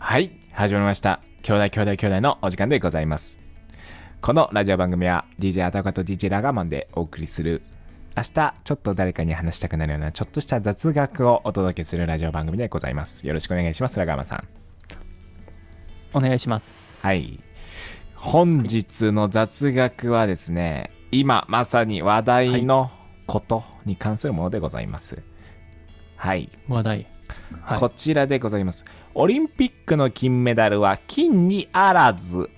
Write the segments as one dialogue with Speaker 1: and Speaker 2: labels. Speaker 1: 始まりました兄弟兄弟兄弟のお時間でございますこのラジオ番組は DJ アタカと DJ ラガマンでお送りする明日ちょっと誰かに話したくなるようなちょっとした雑学をお届けするラジオ番組でございますよろしくお願いしますラガマンさん
Speaker 2: お願いします。
Speaker 1: はい。本日の雑学はですね、今まさに話題のことに関するものでございます。はい。
Speaker 2: 話題。はい
Speaker 1: こちらでございます。オリンピックの金メダルは金にあらず。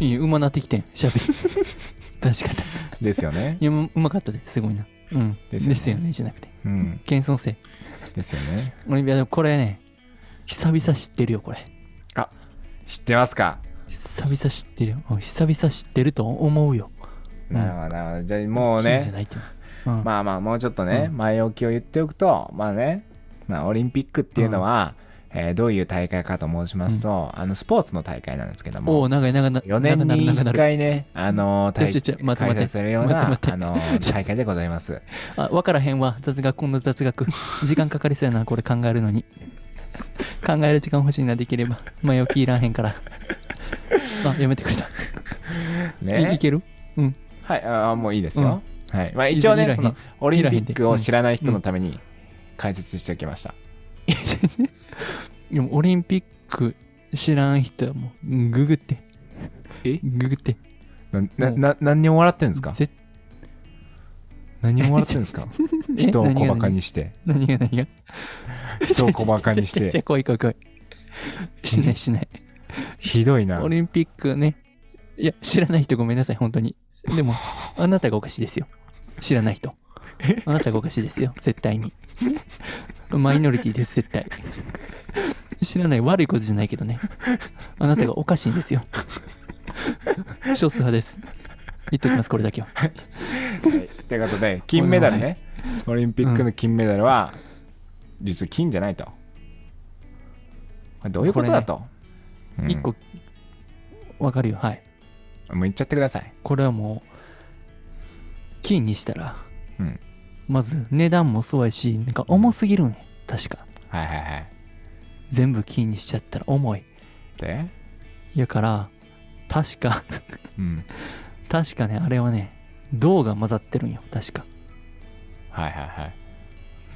Speaker 2: いい、うまなってきてん、しゃべり。 出し方。
Speaker 1: ですよね。
Speaker 2: いや、ううまかったです。すごいな。うん。
Speaker 1: で
Speaker 2: ですす
Speaker 1: よね
Speaker 2: よね、じゃなくて。
Speaker 1: うん。
Speaker 2: 謙遜性。
Speaker 1: ですよね。
Speaker 2: オリンピアでもこれね、久々知ってるよ、これ。
Speaker 1: 知ってますか
Speaker 2: 久々知ってるよ。うん久々知ってると思うよ。うん
Speaker 1: なるほどなるほど。じゃあもう
Speaker 2: 金じ
Speaker 1: ね、
Speaker 2: ゃないっていうのうん。
Speaker 1: まあまあもうちょっとね、
Speaker 2: うん
Speaker 1: 前置きを言っておくと、まあね、まあ、オリンピックっていうのは、えーどういう大会かと申しますと、あのスポーツの大会なんですけども
Speaker 2: おお、長い長い長い。
Speaker 1: 4年
Speaker 2: 長い
Speaker 1: に
Speaker 2: 長い
Speaker 1: 1
Speaker 2: 長い。
Speaker 1: 回ね、あのー、
Speaker 2: ちょ
Speaker 1: 大
Speaker 2: ちょちょ待って
Speaker 1: 開催されるような
Speaker 2: 待って待って
Speaker 1: あのー大会でございます。
Speaker 2: あ、わからへんわ。雑学、この雑学。時間かかりそう やな、これ考えるのに。考える時間欲しいな、できれば。前置きいらんへん から。あ、やめてくれた。いい
Speaker 1: ね、
Speaker 2: けるうん。
Speaker 1: はい、あーもういいですよ。はい、まあ一応
Speaker 2: いい
Speaker 1: ね、
Speaker 2: ぞ
Speaker 1: そ
Speaker 2: いい
Speaker 1: の
Speaker 2: ぞ
Speaker 1: オリンピックを知らない人のために解説しておきました。
Speaker 2: でもオリンピック知らん人はもうググって
Speaker 1: え
Speaker 2: ググって
Speaker 1: ななな何を笑ってるんですか？
Speaker 2: ぜ
Speaker 1: 何を笑ってるんですか？
Speaker 2: え
Speaker 1: 人を
Speaker 2: 何
Speaker 1: 小
Speaker 2: が
Speaker 1: 馬鹿にして、
Speaker 2: 何が何が
Speaker 1: 人を小馬鹿にし
Speaker 2: ちょちょちょ
Speaker 1: て、
Speaker 2: 怖い怖い怖いしないしない
Speaker 1: ひどいな
Speaker 2: オ。リンピックねいや知らない人ごめんなさい本当にで もあなたがおかしいですよ知らない人あなたがおかしいですよ絶対にマイノリティです絶対知らない悪いことじゃないけどねあなたがおかしいんですよ少数派です言っときますこれだけは
Speaker 1: ということで金メダルね、オリンピックの金メダルは実は金じゃないと。これどういうことだと？うん
Speaker 2: 一個わかるよはい
Speaker 1: もう言っちゃってください。
Speaker 2: これはもう金にしたら、
Speaker 1: うん
Speaker 2: まず値段もそうやしなんか重すぎるんや確か
Speaker 1: はいはいはい。
Speaker 2: 全部金にしちゃったら重い
Speaker 1: で、
Speaker 2: やから確か
Speaker 1: うん。
Speaker 2: 確かねあれはね銅が混ざってるんよ確か
Speaker 1: はいはいはい。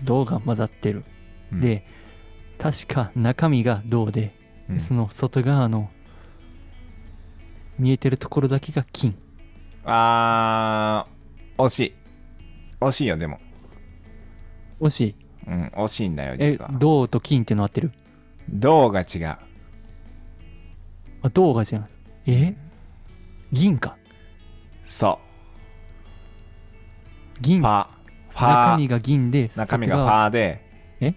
Speaker 2: 銅が混ざってる、
Speaker 1: うん
Speaker 2: で確か中身が銅で、
Speaker 1: うん
Speaker 2: その外側の見えてるところだけが金
Speaker 1: あー、惜しい。惜しいよ、でも。
Speaker 2: 惜しい
Speaker 1: うん、惜しいんだよ、
Speaker 2: え
Speaker 1: 実は。
Speaker 2: 銅と金っていうの合ってる
Speaker 1: 銅が違う。
Speaker 2: あ、銅が違うんです。え銀か。
Speaker 1: そ
Speaker 2: 銀
Speaker 1: う。フ。ァ。フ
Speaker 2: 中身
Speaker 1: ァ。
Speaker 2: が銀で、
Speaker 1: 中身
Speaker 2: 外
Speaker 1: がファで。
Speaker 2: え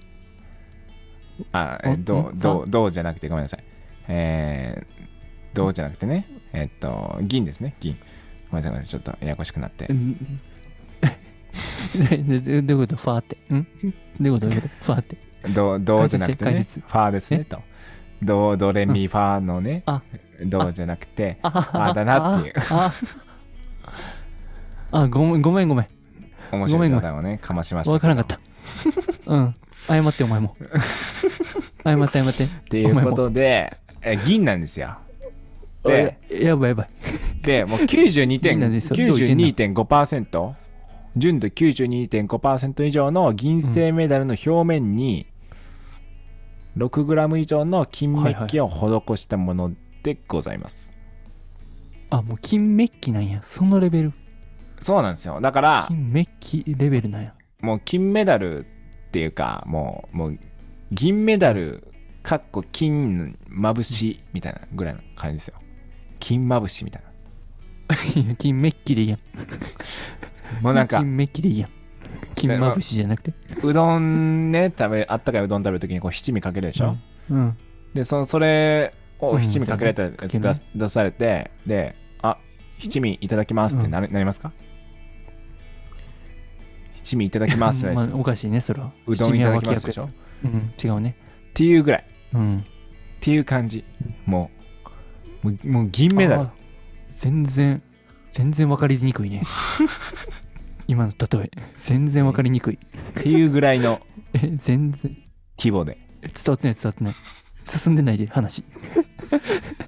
Speaker 1: あ、え、
Speaker 2: ん
Speaker 1: 銅、
Speaker 2: ん
Speaker 1: 銅、
Speaker 2: フ
Speaker 1: 銅じゃなくて、ごめんなさい。えー、銅じゃなくてね。えっと、銀ですね、銀。ごめんなさい、ごめんなさい、ちょっとややこしくなって
Speaker 2: う。んでででどういうことファーって。んどういうことどういうことファーって。
Speaker 1: 銅、銅じゃなくて
Speaker 2: 解
Speaker 1: ね
Speaker 2: 説。
Speaker 1: ファですね、
Speaker 2: え
Speaker 1: と。銅、ドレミファのね
Speaker 2: あ、
Speaker 1: 銅じゃなくて、
Speaker 2: あはは
Speaker 1: あだなっていう。
Speaker 2: あああ、ごめんごめんごめん。
Speaker 1: 面白い
Speaker 2: ごめんごめん
Speaker 1: 冗談をね、かましましたけど。
Speaker 2: わからなかった。うん。謝ってお前も。謝って謝って。っ
Speaker 1: っていうことで、え銀なんですよ。で、
Speaker 2: やばいやばい。
Speaker 1: でもう92点
Speaker 2: 銀なんですよどういけんな
Speaker 1: 92.5%純度92.5%以上の銀製メダルの表面に 6g 以上の金メッキを施したものでございます。
Speaker 2: あ、もう金メッキなんや。そのレベル。
Speaker 1: そうなんですよ。だから、
Speaker 2: 金メッキレベルなんや。
Speaker 1: もう金メダルっていうか、もう、もう銀メダル、かっこ金まぶしみたいなぐらいの感じですよ。金まぶしみたいな。
Speaker 2: いや金メッキでいいやん。
Speaker 1: もうなんか、
Speaker 2: 金メッキでいいやん。金まぶしじゃなくて。
Speaker 1: うどんね食べあったかいうどん食べるときにこう七味かけるでしょ、
Speaker 2: うん。
Speaker 1: でそのそれ
Speaker 2: う
Speaker 1: を
Speaker 2: ん
Speaker 1: 七味かけられたやつ
Speaker 2: そうね
Speaker 1: 出す出されてであ七味いただきますってな,、なりますか七味いただきますじゃないです
Speaker 2: まあ
Speaker 1: よ
Speaker 2: おかしいね、それは。
Speaker 1: うどんいただきますでし
Speaker 2: 七味は脇役
Speaker 1: ょっ
Speaker 2: うん、違うね。
Speaker 1: ていうぐらいっ
Speaker 2: うん。
Speaker 1: ていう感じもうもうもう銀メダル
Speaker 2: あ。全然、全然分かりにく いね。今の例え。全然分かりにくい。
Speaker 1: っていうぐらいの
Speaker 2: え、全然。
Speaker 1: 規模で
Speaker 2: 伝わってない伝わってない進んでないで話
Speaker 1: だか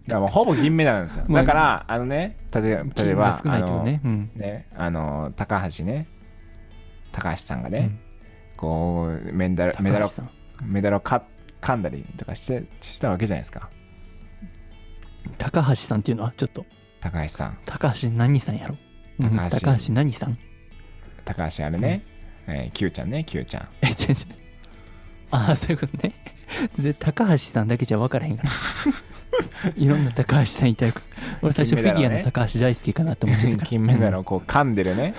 Speaker 1: らもうほぼ銀メダルなんですよ
Speaker 2: まあ
Speaker 1: だからあのね例えば例え
Speaker 2: 金
Speaker 1: ば
Speaker 2: が少ないけどねうん
Speaker 1: あのねあの高橋ね高橋さんがね、
Speaker 2: うん
Speaker 1: こうメダルメダル
Speaker 2: 高橋
Speaker 1: を
Speaker 2: さん
Speaker 1: メダルをか噛んだりとかしてしてたわけじゃないですか
Speaker 2: 高橋さんっていうのはちょっと
Speaker 1: 高橋さん
Speaker 2: 高橋何さんやろうん
Speaker 1: 高橋
Speaker 2: 高橋何さん
Speaker 1: 高橋あれね、えー Q ちゃんね Q ちゃん
Speaker 2: え、違う違う。ああ、そういうことね。で、高橋さんだけじゃ分からへんから。 いろんな高橋さんいたよ。俺最初フ
Speaker 1: 金メダ
Speaker 2: ィ
Speaker 1: ル
Speaker 2: ギュ
Speaker 1: ね
Speaker 2: アの高橋大好きかなと思っちゃったから。
Speaker 1: 金メダル
Speaker 2: うん
Speaker 1: をこう噛んでるね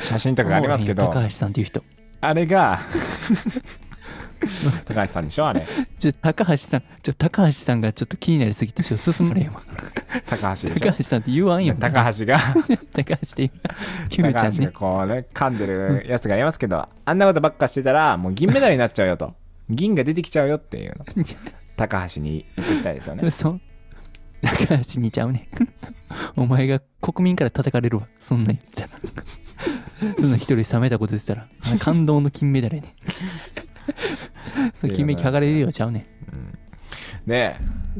Speaker 1: 写真とかありますけ
Speaker 2: お
Speaker 1: ど
Speaker 2: らへんよ高橋さんっていう人。
Speaker 1: あれが 高橋さんでしょあれ
Speaker 2: ちょ、高橋さん、ちょ、高橋さんがちょっと気になりすぎて、ちょっと進まれへんわ。
Speaker 1: 高 橋でしょ
Speaker 2: 高橋さんって言わんよ。
Speaker 1: 高橋が
Speaker 2: 橋。高橋って言う。キムち
Speaker 1: 高
Speaker 2: ゃん
Speaker 1: 橋が
Speaker 2: ね。
Speaker 1: こうね噛んでるやつがありますけどあんなことばっかしてたらもう銀メダルになっちゃうよと銀が出てきちゃうよっていう の高橋に言ってきたいですよね
Speaker 2: そう。高橋にちゃうね。 お前が国民から叩かれるわ。そんなん言ったら。 そんな一人冷めたこと言ってたら。感動の金メダル やね。そう金メダル剥がれるよちゃうね。
Speaker 1: で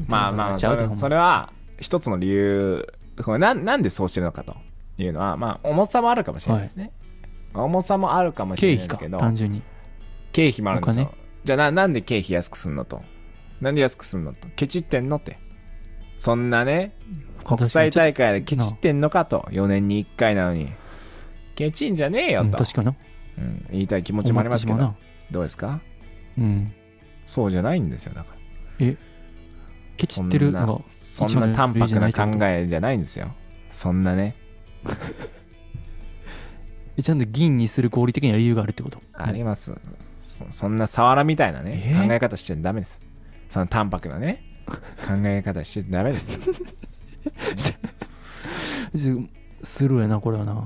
Speaker 1: まあまあ
Speaker 2: ちゃ
Speaker 1: そう
Speaker 2: で
Speaker 1: れ
Speaker 2: ほんま
Speaker 1: それは一つの理由これなんなんでそうしてるのかというのはまあ重さもあるかもしれないですね、重さもあるかもしれ
Speaker 2: 経
Speaker 1: ない
Speaker 2: 費
Speaker 1: で
Speaker 2: か
Speaker 1: すけど、
Speaker 2: 単純に。
Speaker 1: 経費もあるんです
Speaker 2: お
Speaker 1: よじゃあななんで経費安くすんのとなんで安くすんのとケチってんのってそんなね国際大会でケチってんのかと4年に1回なのにケチんじゃねえ
Speaker 2: う
Speaker 1: よ
Speaker 2: ん
Speaker 1: と、
Speaker 2: 確かにな。
Speaker 1: うん言いたい気持ちもありますけ
Speaker 2: 思
Speaker 1: ど
Speaker 2: って
Speaker 1: どうですか
Speaker 2: しまうな。うん。
Speaker 1: そうじゃないんですよだから
Speaker 2: ケチってるのが
Speaker 1: そんなそんな淡
Speaker 2: 一番の理由じゃない
Speaker 1: 白
Speaker 2: ってこと
Speaker 1: な考えじゃないんですよそんなね
Speaker 2: えちゃんと銀にする合理的な理由があるってこと。
Speaker 1: ありますそそんなサワラみたいなね
Speaker 2: えー
Speaker 1: 考え方してダメですその淡白なね考え方してダメです
Speaker 2: ちょスルーやな、これはな。うん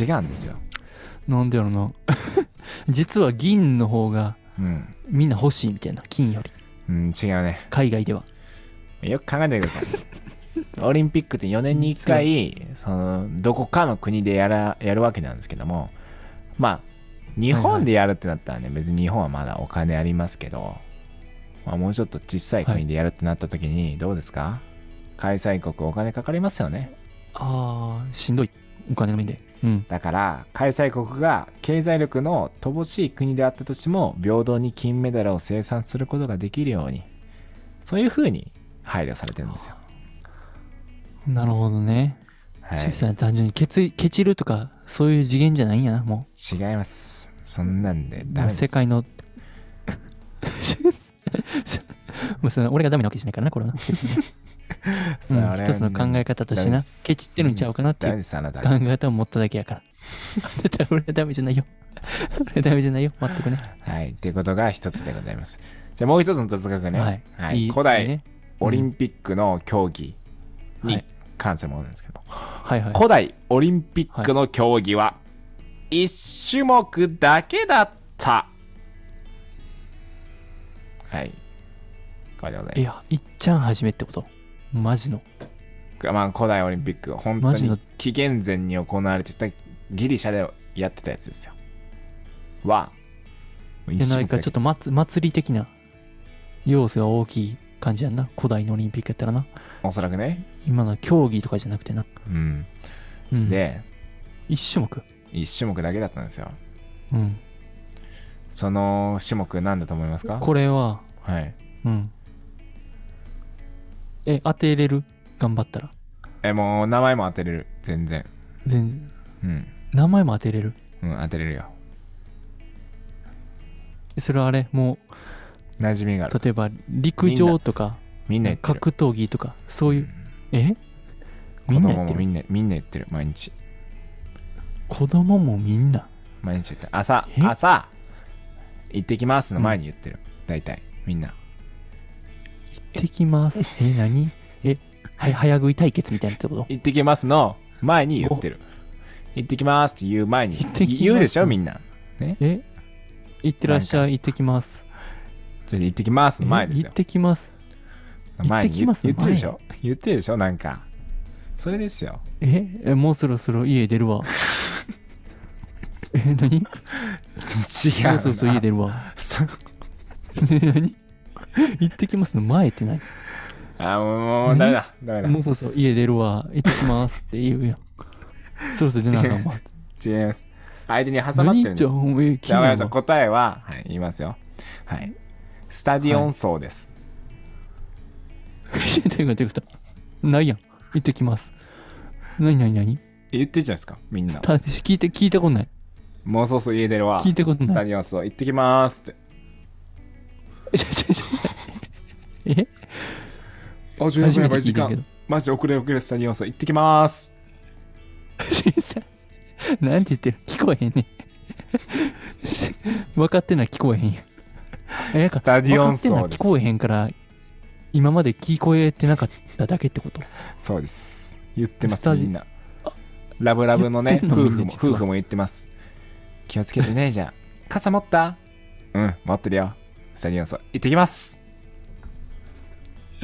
Speaker 1: 違うんですよ
Speaker 2: なんでやろな。 実は銀の方が
Speaker 1: うん
Speaker 2: みんな欲しいみたいな。金より。
Speaker 1: うん、違うね。
Speaker 2: 海外では。
Speaker 1: よく考えてください。オリンピックって4年に1回、そのどこかの国でやらやるわけなんですけども、まあ、日本でやるってなったらね、別に日本はまだお金ありますけど、まあ、もうちょっと小さい国でやるってなった時に、どうですか、開催国お金かかりますよね。
Speaker 2: ああ、しんどい。お金の面で。うん。
Speaker 1: だから、開催国が経済力の乏しい国であったとしても、平等に金メダルを生産することができるように、そういうふうに配慮されてるんですよ。
Speaker 2: なるほどね。
Speaker 1: は
Speaker 2: シェフさん、単純にケチケチるとか、そういう次元じゃないんやな、も
Speaker 1: 違いますそんなんで
Speaker 2: う。
Speaker 1: ダメです
Speaker 2: 世界 の。もうその俺がダメなわけじゃないからな、これはな。
Speaker 1: それは
Speaker 2: うん
Speaker 1: ね
Speaker 2: 一つの考え方としてな
Speaker 1: ダメです
Speaker 2: ケチってるんちゃうかなっていう
Speaker 1: ダメですあなた
Speaker 2: 考
Speaker 1: が
Speaker 2: え方を持っただけや から。だって俺はダメじゃないよ。俺はダメじゃないよ、全くね。
Speaker 1: はいっていうことが一つでございますじゃあもう一つの雑学ね、
Speaker 2: はい。いい
Speaker 1: 古代
Speaker 2: いいね
Speaker 1: オリンピックの競技
Speaker 2: は
Speaker 1: に
Speaker 2: い
Speaker 1: 関するものなんですけど、
Speaker 2: はいはい。
Speaker 1: 古代オリンピックの競技は一種目だけだったはいこれでござ
Speaker 2: い
Speaker 1: いま
Speaker 2: や、いっちゃんはじめってこと。マジの。
Speaker 1: すまあ、古代オリンピック本当
Speaker 2: マジ
Speaker 1: に
Speaker 2: の
Speaker 1: 紀元前に行われてたギリシャでやってたやつですよ。は、
Speaker 2: でなんかちょっとまつ祭り的な要素が大きい感じやんな。古代のオリンピックやったらな。
Speaker 1: おそらくね。
Speaker 2: 今の競技とかじゃなくてな。
Speaker 1: うん、
Speaker 2: うん、
Speaker 1: で、
Speaker 2: 一種目。
Speaker 1: 一種目だけだったんですよ。
Speaker 2: うん。
Speaker 1: その種目なんだと思いますか
Speaker 2: これは、
Speaker 1: はい。
Speaker 2: うん。え、当てれる頑張ったら。
Speaker 1: え、もう名前も当てれる。全然。
Speaker 2: 全
Speaker 1: うん。
Speaker 2: 名前も当てれる。
Speaker 1: うん、当てれるよ。
Speaker 2: それはあれ、も
Speaker 1: 馴染みがあ
Speaker 2: う
Speaker 1: る。、
Speaker 2: 例えば陸上とか、
Speaker 1: みんな言ってる。
Speaker 2: 格闘技とか、そういう、えみ
Speaker 1: 子
Speaker 2: んな
Speaker 1: 供
Speaker 2: やって
Speaker 1: もみ
Speaker 2: る
Speaker 1: んな、みんな言ってる。毎日。
Speaker 2: 子供もみんな。
Speaker 1: 毎日言ってる。朝、
Speaker 2: え
Speaker 1: 朝、行ってきますの前に言ってる。大体、みんな。
Speaker 2: 行ってきます。え、何え、はい、早食い対決みたいなってこと
Speaker 1: 行ってきますの前に言ってる。行ってきますって言う前に
Speaker 2: 行ってきます
Speaker 1: 言うでしょみんな。
Speaker 2: え、行ってらっしゃい、行ってきます。
Speaker 1: ちょっと行ってきます
Speaker 2: え
Speaker 1: の前です
Speaker 2: 行
Speaker 1: よ
Speaker 2: っ。てきます。
Speaker 1: 前に言
Speaker 2: 行ってきます
Speaker 1: 言ってるでしょ言ってるでしょなんか。それですよ。
Speaker 2: え、えもうそろそろ家出るわ。え、
Speaker 1: 違
Speaker 2: 何
Speaker 1: う
Speaker 2: そ
Speaker 1: な
Speaker 2: うそうそう家出るわ
Speaker 1: そう
Speaker 2: 何行ってきますの前って何
Speaker 1: あもうダメだダメだ
Speaker 2: もうそうそう家出るわ行ってきますって言うやん そろそろ出なあかんわ
Speaker 1: 違います相手に挟まって
Speaker 2: 何
Speaker 1: るんで
Speaker 2: じゃ
Speaker 1: す
Speaker 2: あお前聞い
Speaker 1: じゃあわかりましたた答えは、はい、言いますよはいスタディオン層です、
Speaker 2: 知ってるかってこと ないやん行ってきます何何何
Speaker 1: 言ってるじゃないですかみんな
Speaker 2: スタ聞いて聞いたことない
Speaker 1: もうそうそう家出るわ
Speaker 2: 聞いたことない
Speaker 1: スタディオン層行ってきますって
Speaker 2: ちょちょちょえ
Speaker 1: あ十
Speaker 2: 初
Speaker 1: 分
Speaker 2: め
Speaker 1: やばい
Speaker 2: て聞い
Speaker 1: 時
Speaker 2: たけど
Speaker 1: 間マジで遅れ遅れスタディオン層行ってきます
Speaker 2: 審査 なんて言ってる聞こえへんね分かってない聞こえへんやんえなんか
Speaker 1: スタディオン
Speaker 2: 分
Speaker 1: 層
Speaker 2: かってない
Speaker 1: です
Speaker 2: 聞こえへんから今まで聞こえてなかっただけってこと
Speaker 1: そうです言ってま
Speaker 2: ス
Speaker 1: す
Speaker 2: タディ
Speaker 1: みんなラブラブのね
Speaker 2: 言ってん
Speaker 1: 夫
Speaker 2: の
Speaker 1: 婦
Speaker 2: みん
Speaker 1: も
Speaker 2: な実は
Speaker 1: 夫婦も言ってます気をつけてねじゃあ傘持ったうん持ってるよスタディオン層行ってきます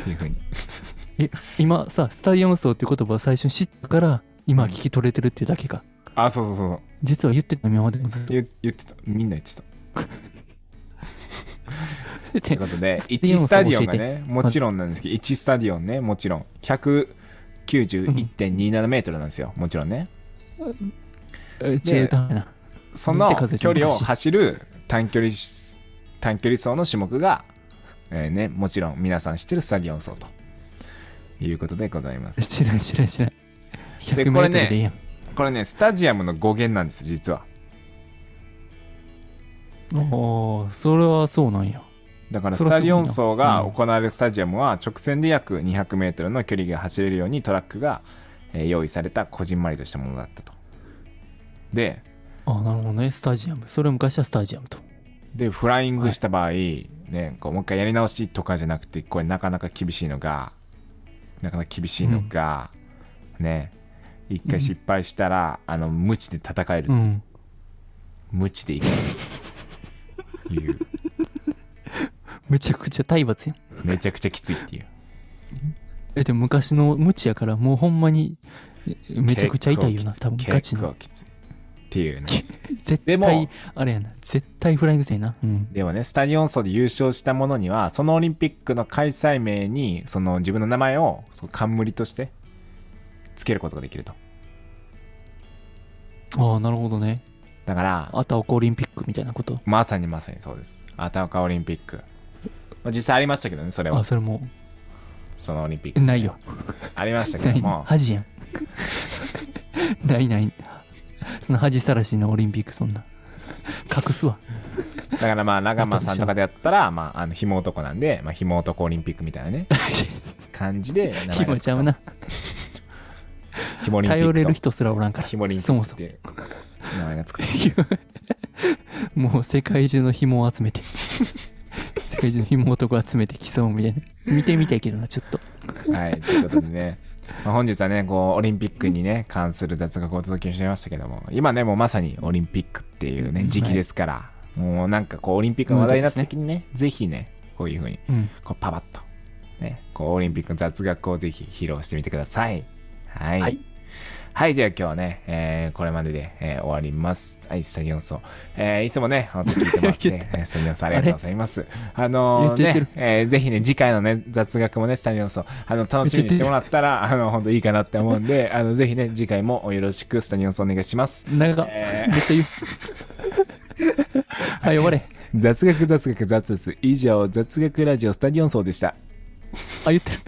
Speaker 1: っていうふうに
Speaker 2: え今さスタディオン層って言葉を最初に知ったから今聞き取れてるっていうだけか
Speaker 1: あそうそうそうそう
Speaker 2: 実は言ってた今までもずっと
Speaker 1: 言言ってたみんな言ってた
Speaker 2: 言
Speaker 1: と
Speaker 2: っ
Speaker 1: い
Speaker 2: て
Speaker 1: うことで
Speaker 2: スタディオ
Speaker 1: 1スタディオ
Speaker 2: ン
Speaker 1: ンがねもちろんなんですけど1スタディオンねもちろん191.27メートルなんですよもちろんね
Speaker 2: え違うためな
Speaker 1: その
Speaker 2: 見て数えて
Speaker 1: 距
Speaker 2: も
Speaker 1: 離を
Speaker 2: 走る
Speaker 1: 走る短距離し短距離走の種目が、えーね、もちろん皆さん知ってるスタディオン走ということでございます
Speaker 2: 知らん知らん知らん
Speaker 1: で
Speaker 2: 100m
Speaker 1: これね
Speaker 2: でいいやん
Speaker 1: これねスタジアムの語源なんです実は
Speaker 2: おーそれはそうなんや
Speaker 1: だからス
Speaker 2: そ
Speaker 1: タ
Speaker 2: らそうだな
Speaker 1: ディオン走が
Speaker 2: うん
Speaker 1: 行われるスタジアムは直線で約 200m の距離が走れるようにトラックがえー用意されたこじんまりとしたものだったとで
Speaker 2: あなるほどねスタジアムそれを昔はスタジアムと
Speaker 1: でフライングした場合、ね、こうもう一回やり直しとかじゃなくてこれなかなか厳しいのがなかなか厳しいのが、ね一回失敗したら、あの無知で叩かれるって
Speaker 2: う
Speaker 1: いう、
Speaker 2: ん
Speaker 1: 無知でいくっていう
Speaker 2: めちゃくちゃ体罰やん
Speaker 1: めちゃくちゃきついっていう
Speaker 2: えでも昔の無知やからもうほんまにえめちゃくちゃ痛いよな
Speaker 1: 結構
Speaker 2: 多分
Speaker 1: きつ
Speaker 2: ガチ
Speaker 1: 結
Speaker 2: の
Speaker 1: 構きついっていうね
Speaker 2: 絶
Speaker 1: でも
Speaker 2: 対あれやな絶対フライングせえなうん
Speaker 1: でもねスタディオン層で優勝した者にはそのオリンピックの開催名にその自分の名前をその冠としてつけることができると
Speaker 2: ああなるほどね
Speaker 1: だから
Speaker 2: あたおこオリンピックみたいなこと
Speaker 1: まさにまさにそうです。アタオカオリンピック。まあ実際ありましたけどね、それ
Speaker 2: あ
Speaker 1: は。
Speaker 2: それも
Speaker 1: そのオリンピッ
Speaker 2: う
Speaker 1: ク。
Speaker 2: ないよ
Speaker 1: ありましたけ
Speaker 2: な
Speaker 1: ど
Speaker 2: い
Speaker 1: も。
Speaker 2: 恥やん ないないその恥さらしのオリンピックそんな隠 すわ
Speaker 1: だからまあ、長間さんとかでやったら、まあ、あの、ひも男なんで、まあ、ひも男オリンピックみたいなね、感じで名前がつ くと、
Speaker 2: ひもちゃうな
Speaker 1: ひもオリンピックと。
Speaker 2: 頼れる人すらおらんから
Speaker 1: ひもオリンピ
Speaker 2: そ
Speaker 1: ッ
Speaker 2: も
Speaker 1: クっ
Speaker 2: そ
Speaker 1: ていう名前がつくと。
Speaker 2: ももう世界中の紐を集めて 世界中の紐男を集めて競うみたいな見てみたいけどなちょっと
Speaker 1: はい、ということでね、まあ、本日はね、こう、オリンピックにね、関する雑学をお届けしましたけども、今ね、もうまさにオリンピックっていうね、
Speaker 2: うん
Speaker 1: 時期ですから、もうなんかこう、オリンピックの話題になった時にね、ぜひね、こういうふうに、
Speaker 2: うん
Speaker 1: こうパパッと、ね、こう、オリンピックの雑学をぜひ披露してみてください。はい。は
Speaker 2: はいい、
Speaker 1: では今日はね、えーこれまでで、えー終わります。はい、スタジオンソえーいつもね、本当に聞いても らって、
Speaker 2: 言っ
Speaker 1: ねスタジオンソありがとうございます。あのー
Speaker 2: 言っちゃっ
Speaker 1: ね
Speaker 2: てる、
Speaker 1: えーぜひね、次回のね、雑学もね、スタジオンソあの、楽しみにしてもらったら、あの、本当いいかなって思うんで、あの、ぜひね、次回もよろしくスタジオンソお願いし ます。
Speaker 2: 長か、
Speaker 1: え
Speaker 2: めっちゃ言う はい終われ
Speaker 1: 雑学雑学雑雑以上、雑学ラジオスタジオンソでした。
Speaker 2: あ言ってる